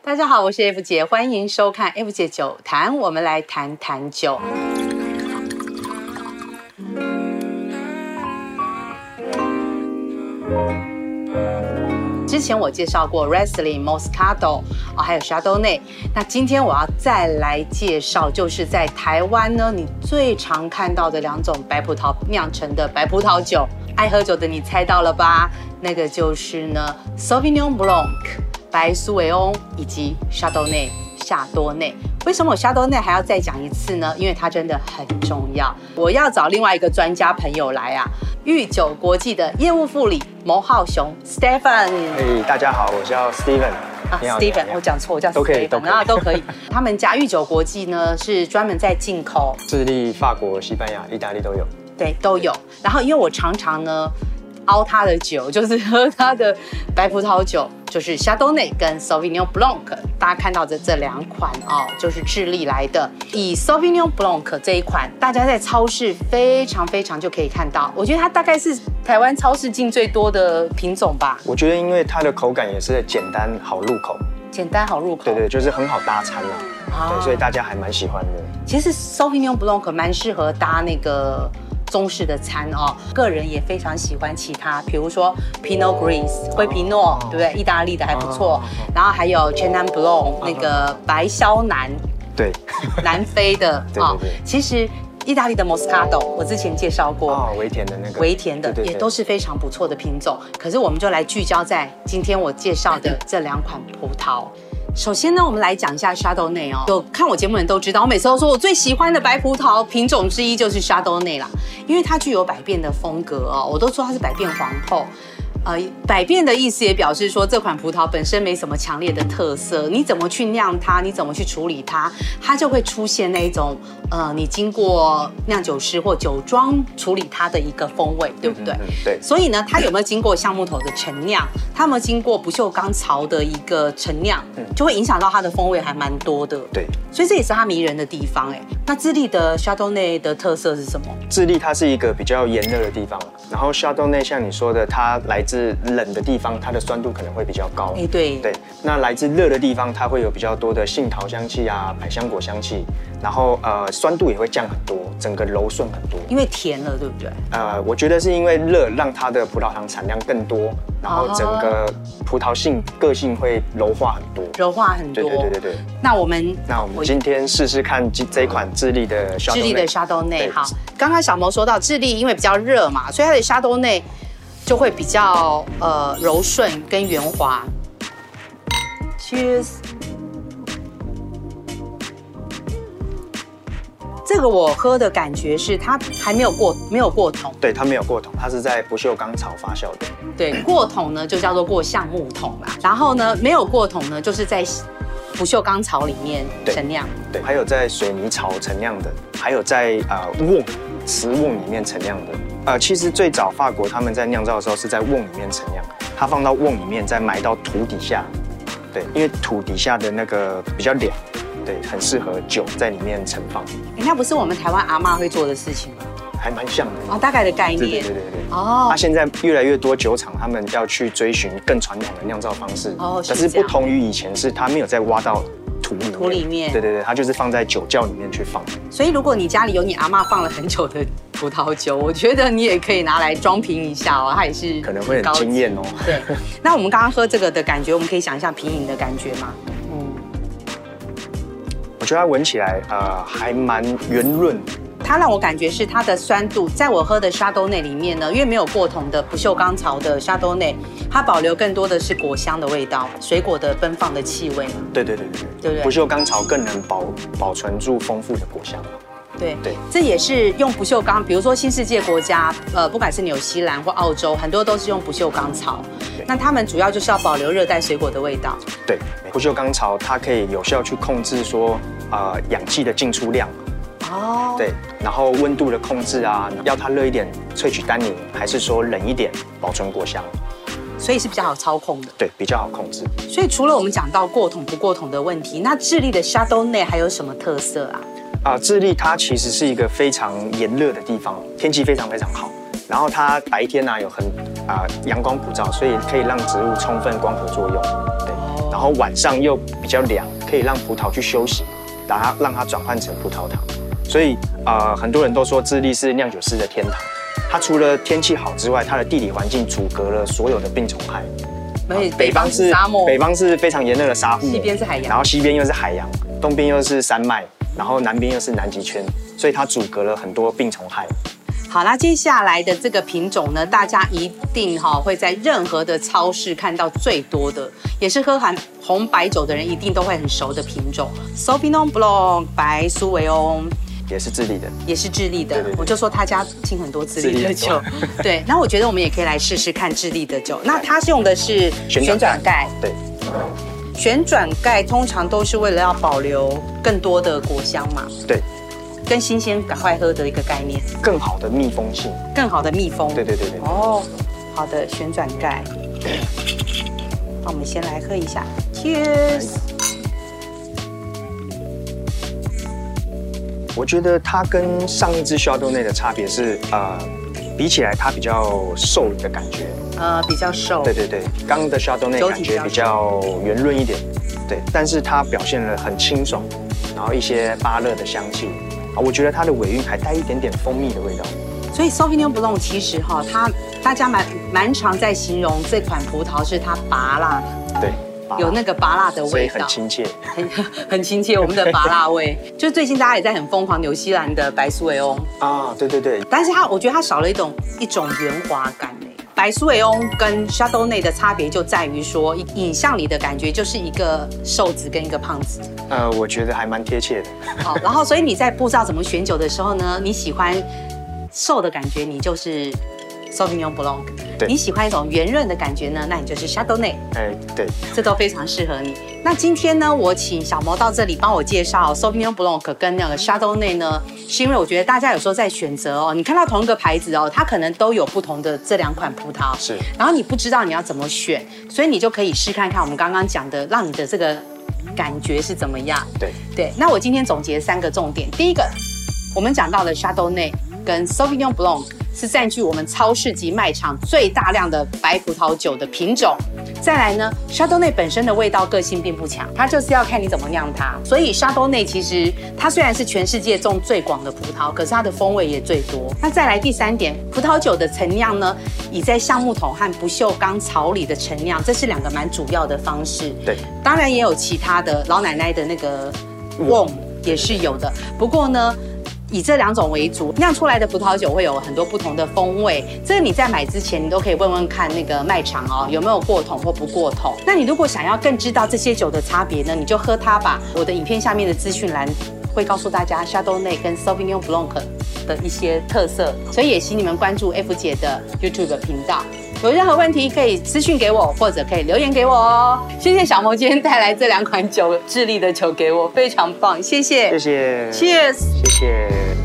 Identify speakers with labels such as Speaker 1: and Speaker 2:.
Speaker 1: 大家好，我是 F 姐，欢迎收看 F 姐酒谈，我们来谈谈酒。之前我介绍过 Riesling、Moscato 啊，还有 Chardonnay。那今天我要再来介绍，就是在台湾呢，你最常看到的两种白葡萄酿成的白葡萄酒。爱喝酒的你猜到了吧？那个就是呢 Sauvignon Blanc 白苏维翁以及 Chardonnay 夏多内。为什么我夏多内还要再讲一次呢？因为它真的很重要。我要找另外一个专家朋友来啊，御酒国际的业务副理牟浩雄 Stephen。
Speaker 2: 嘿，哎大家好，我叫 Steven。
Speaker 1: 啊
Speaker 2: 你好
Speaker 1: ，Steven，
Speaker 2: 你好
Speaker 1: 我讲错，我叫
Speaker 2: 都可
Speaker 1: Steven，
Speaker 2: 以都可以
Speaker 1: 啊，都 可以。他们家御酒国际呢是专门在进口，
Speaker 2: 智利、法国、西班牙、意大利都有。
Speaker 1: 对，都有。然后因为我常常呢熬他的酒，就是喝他的白葡萄酒，就是 Chardonnay 跟 Sauvignon Blanc。大家看到的这两款哦，就是智利来的。以 Sauvignon Blanc 这一款，大家在超市非常非常就可以看到，我觉得它大概是台湾超市进最多的品种吧，
Speaker 2: 我觉得因为它的口感也是简单好入口，
Speaker 1: 简单好入口。
Speaker 2: 对对，就是很好搭餐啦、
Speaker 1: 啊
Speaker 2: 对，所以大家还蛮喜欢的。
Speaker 1: 其实 Sauvignon Blanc 蛮适合搭那个中式的餐哦，个人也非常喜欢其他，比如说 Pinot Gris
Speaker 2: 啊
Speaker 1: 灰皮诺，对不对？意大利的还不错，
Speaker 2: 哦
Speaker 1: 然后还有 Chenin Blanc 那个白萧南，
Speaker 2: 对，
Speaker 1: 南非的
Speaker 2: 啊 对
Speaker 1: 哦
Speaker 2: 对对
Speaker 1: 其实意大利的 Moscato 我之前介绍过，
Speaker 2: 哦，微甜的那个，
Speaker 1: 微甜的
Speaker 2: 对对对
Speaker 1: 也都是非常不错的品种。可是我们就来聚焦在今天我介绍的这两款葡萄。首先呢，我们来讲一下 Chardonnay 哦。有看我节目的人都知道，我每次都说我最喜欢的白葡萄品种之一就是 Chardonnay 啦，因为它具有百变的风格哦，我都说它是百变皇后。呃，百变的意思也表示说，这款葡萄本身没什么强烈的特色，你怎么去酿它，你怎么去处理它，它就会出现那一种，呃，你经过酿酒师或酒庄处理它的一个风味，对不对？
Speaker 2: 嗯嗯对
Speaker 1: 所以呢，它有没有经过橡木头的陈酿？它有没有经过不锈钢槽的一个陈酿？就会影响到它的风味，还蛮多的。
Speaker 2: 嗯对。
Speaker 1: 所以这也是它迷人的地方哎。那智利的 Chardonnay 的特色是什么？
Speaker 2: 智利它是一个比较炎热的地方，然后 Chardonnay 像你说的，它来自冷的地方，它的酸度可能会比较高。
Speaker 1: 哎，对，
Speaker 2: 哦对，那来自热的地方，它会有比较多的杏桃香气啊、百香果香气，然后呃酸度也会降很多，整个柔顺很多。
Speaker 1: 因为甜了，对不对？
Speaker 2: 呃，我觉得是因为热让它的葡萄糖产量更多，然后整个葡萄性个性会柔化很多。
Speaker 1: 柔化很多。
Speaker 2: 对对对对对。
Speaker 1: 那我们
Speaker 2: 那我们今天试试看这这一款智利的小
Speaker 1: 智利的 Chardonnay 好，刚刚小毛说到智利因为比较热嘛，所以它的 Chardonnay 就会比较呃柔顺跟圆滑。Cheers。这个我喝的感觉是它还没有过没有过桶，
Speaker 2: 对它没有过桶，它是在不锈钢槽发酵的。
Speaker 1: 对，过桶呢就叫做过橡木桶啦，然后呢没有过桶呢就是在不锈钢槽里面
Speaker 2: 对
Speaker 1: 陈酿。
Speaker 2: 对，还有在水泥槽陈酿的，还有在呃瓮瓷瓮里面陈酿的。呃，其实最早法国他们在酿造的时候是在瓮里面陈酿，它放到瓮里面，再埋到土底下。对，因为土底下的那个比较凉，对，很适合酒在里面盛放，
Speaker 1: 诶那不是我们台湾阿妈会做的事情吗？
Speaker 2: 还蛮像的。
Speaker 1: 哦，大概的概
Speaker 2: 对对
Speaker 1: 念
Speaker 2: 对。对对。
Speaker 1: 哦
Speaker 2: 那、，现在越来越多酒厂，他们要去追寻更传统的酿造方式。
Speaker 1: 哦是
Speaker 2: 可是
Speaker 1: 这
Speaker 2: 不
Speaker 1: 样
Speaker 2: 同于以前，是它没有在挖到土里面
Speaker 1: 土里面
Speaker 2: 对对对，它就是放在酒窖里面去放。
Speaker 1: 所以如果你家里有你阿嬷放了很久的葡萄酒， 我觉得你也可以拿来装瓶一下哦，它也是
Speaker 2: 可能会
Speaker 1: 高
Speaker 2: 很
Speaker 1: 级
Speaker 2: 惊艳哦。
Speaker 1: 对，那我们刚刚喝这个的感觉，我们可以想一下品饮的感觉吗？嗯，
Speaker 2: 我觉得它闻起来呃还蛮圆润，
Speaker 1: 它让我感觉是它的酸度，在我喝的沙兜内里面呢，因为没有过桶的不锈钢槽的沙兜内，它保留更多的是果香的味道，水果的奔放的气味嘛。
Speaker 2: 对对对对
Speaker 1: 对不对
Speaker 2: 不锈钢槽更能保保存住丰富的果香。
Speaker 1: 对
Speaker 2: 对
Speaker 1: 这也是用不锈钢，比如说新世界国家，呃，不管是纽西兰或澳洲，很多都是用不锈钢槽
Speaker 2: 对。
Speaker 1: 那他们主要就是要保留热带水果的味道。
Speaker 2: 对，不锈钢槽它可以有效去控制说呃氧气的进出量，
Speaker 1: 哦，
Speaker 2: 对，然后温度的控制啊，要它热一点萃取单宁，还是说冷一点保存果香？
Speaker 1: 所以是比较好操控的。
Speaker 2: 对，比较好控制。
Speaker 1: 所以除了我们讲到过桶不过桶的问题，那智利的 Chardonnay 还有什么特色啊？
Speaker 2: 啊、智利它其实是一个非常炎热的地方，天气非常非常好。然后它白啊天呢、有很啊、阳光普照，所以可以让植物充分光合作用。对，然后晚上又比较凉，可以让葡萄去休息，把它让它转换成葡萄糖。所以呃，很多人都说智利是酿酒师的天堂。它除了天气好之外，它的地理环境阻隔了所有的病虫害。
Speaker 1: 而且
Speaker 2: 啊
Speaker 1: 北方是沙漠，
Speaker 2: 北方是非常炎热的沙漠，
Speaker 1: 西边是海洋
Speaker 2: 然后西边又是海洋，东边又是山脉，然后南边又是南极圈，所以它阻隔了很多病虫害。
Speaker 1: 好啦，接下来的这个品种呢，大家一定哈、会在任何的超市看到最多的，也是喝含红白酒的人一定都会很熟的品种 s o b i n o n Blanc 白苏维翁。
Speaker 2: 也是智利的，
Speaker 1: 也是智利的，
Speaker 2: 对对对
Speaker 1: 我就说他家请很多智利的
Speaker 2: 智
Speaker 1: 酒
Speaker 2: 利，
Speaker 1: 对。然后我觉得我们也可以来试试看智利的酒。那它是用的是
Speaker 2: 旋转
Speaker 1: 旋转盖，
Speaker 2: 对，
Speaker 1: 旋转盖通常都是为了要保留更多的果香嘛，
Speaker 2: 对，
Speaker 1: 跟新鲜赶快喝的一个概念，
Speaker 2: 更好的密封性，
Speaker 1: 更好的密封。
Speaker 2: 对对对对，
Speaker 1: 哦，好的，旋转盖。那我们先来喝一下，Cheers！
Speaker 2: 我觉得它跟上一支 s h a d o w 内的差别是，呃，比起来它比较瘦的感觉。
Speaker 1: 呃，比较瘦
Speaker 2: 对，对对，刚刚的 s h a d o w 内
Speaker 1: 酒
Speaker 2: 感
Speaker 1: 体
Speaker 2: 觉
Speaker 1: 比
Speaker 2: 比较圆润一点，对，但是它表现了很清爽，然后一些芭乐的香气啊，我觉得它的尾韵还带一点点蜂蜜的味道。
Speaker 1: 所以 Sauvignon Blanc 其实哈、它大家蛮蛮常在形容这款葡萄是它拔辣，
Speaker 2: 对，拔
Speaker 1: 有那个拔辣的
Speaker 2: 所以
Speaker 1: 味
Speaker 2: 很
Speaker 1: 道，
Speaker 2: 亲切。
Speaker 1: 很很亲切。我们的拔辣味， 就最近大家也在很疯狂纽西兰的白苏维翁，
Speaker 2: 啊，对对对，
Speaker 1: 但是它我觉得它少了一种一种圆滑感嘞。白苏维翁跟 s h a d o w 内的差别就在于说，影像里的感觉就是一个瘦子跟一个胖子。
Speaker 2: 呃，我觉得还蛮贴切的。
Speaker 1: 好，然后所以你在不知道怎么选酒的时候呢，你喜欢瘦的感觉，你就是 Sauvignon Blanc；
Speaker 2: 对
Speaker 1: 你喜欢一种圆润的感觉呢，那你就是 Chardonnay，
Speaker 2: 哎，对，
Speaker 1: 这都非常适合你。那今天呢，我请小毛到这里帮我介绍 Sauvignon Blanc 跟那个 Chardonnay 呢，是因为我觉得大家有时候在选择哦，你看到同一个牌子哦，它可能都有不同的这两款葡萄，
Speaker 2: 是
Speaker 1: 然后你不知道你要怎么选，所以你就可以试看看我们刚刚讲的，让你的这个感觉是怎么样。
Speaker 2: 对，
Speaker 1: 对，那我今天总结三个重点。第一个，我们讲到的 Chardonnay 跟 Sauvignon Blanc 是占据我们超市及卖场最大量的白葡萄酒的品种。再来呢，Chardonnay 本身的味道个性并不强，它就是要看你怎么酿它。所以 Chardonnay 其实它虽然是全世界种最广的葡萄，可是它的风味也最多。那再来第三点，葡萄酒的陈酿呢，以在橡木桶和不锈钢槽里的陈酿，这是两个蛮主要的方式。
Speaker 2: 对，
Speaker 1: 当然也有其他的老奶奶的那个瓮也是有的，不过呢。以这两种为主，酿出来的葡萄酒会有很多不同的风味。这个你在买之前，你都可以问问看那个卖场哦，有没有过桶或不过桶。那你如果想要更知道这些酒的差别呢，你就喝它吧。我的影片下面的资讯栏会告诉大家 Chardonnay 跟 Sauvignon Blanc 的一些特色，所以也请你们关注 F 姐的 YouTube 频道。有任何问题可以私讯给我，或者可以留言给我哦。谢谢小萌今天带来这两款酒，智利的酒给我，非常棒，谢谢
Speaker 2: 谢谢，
Speaker 1: ，Cheers。
Speaker 2: 谢谢。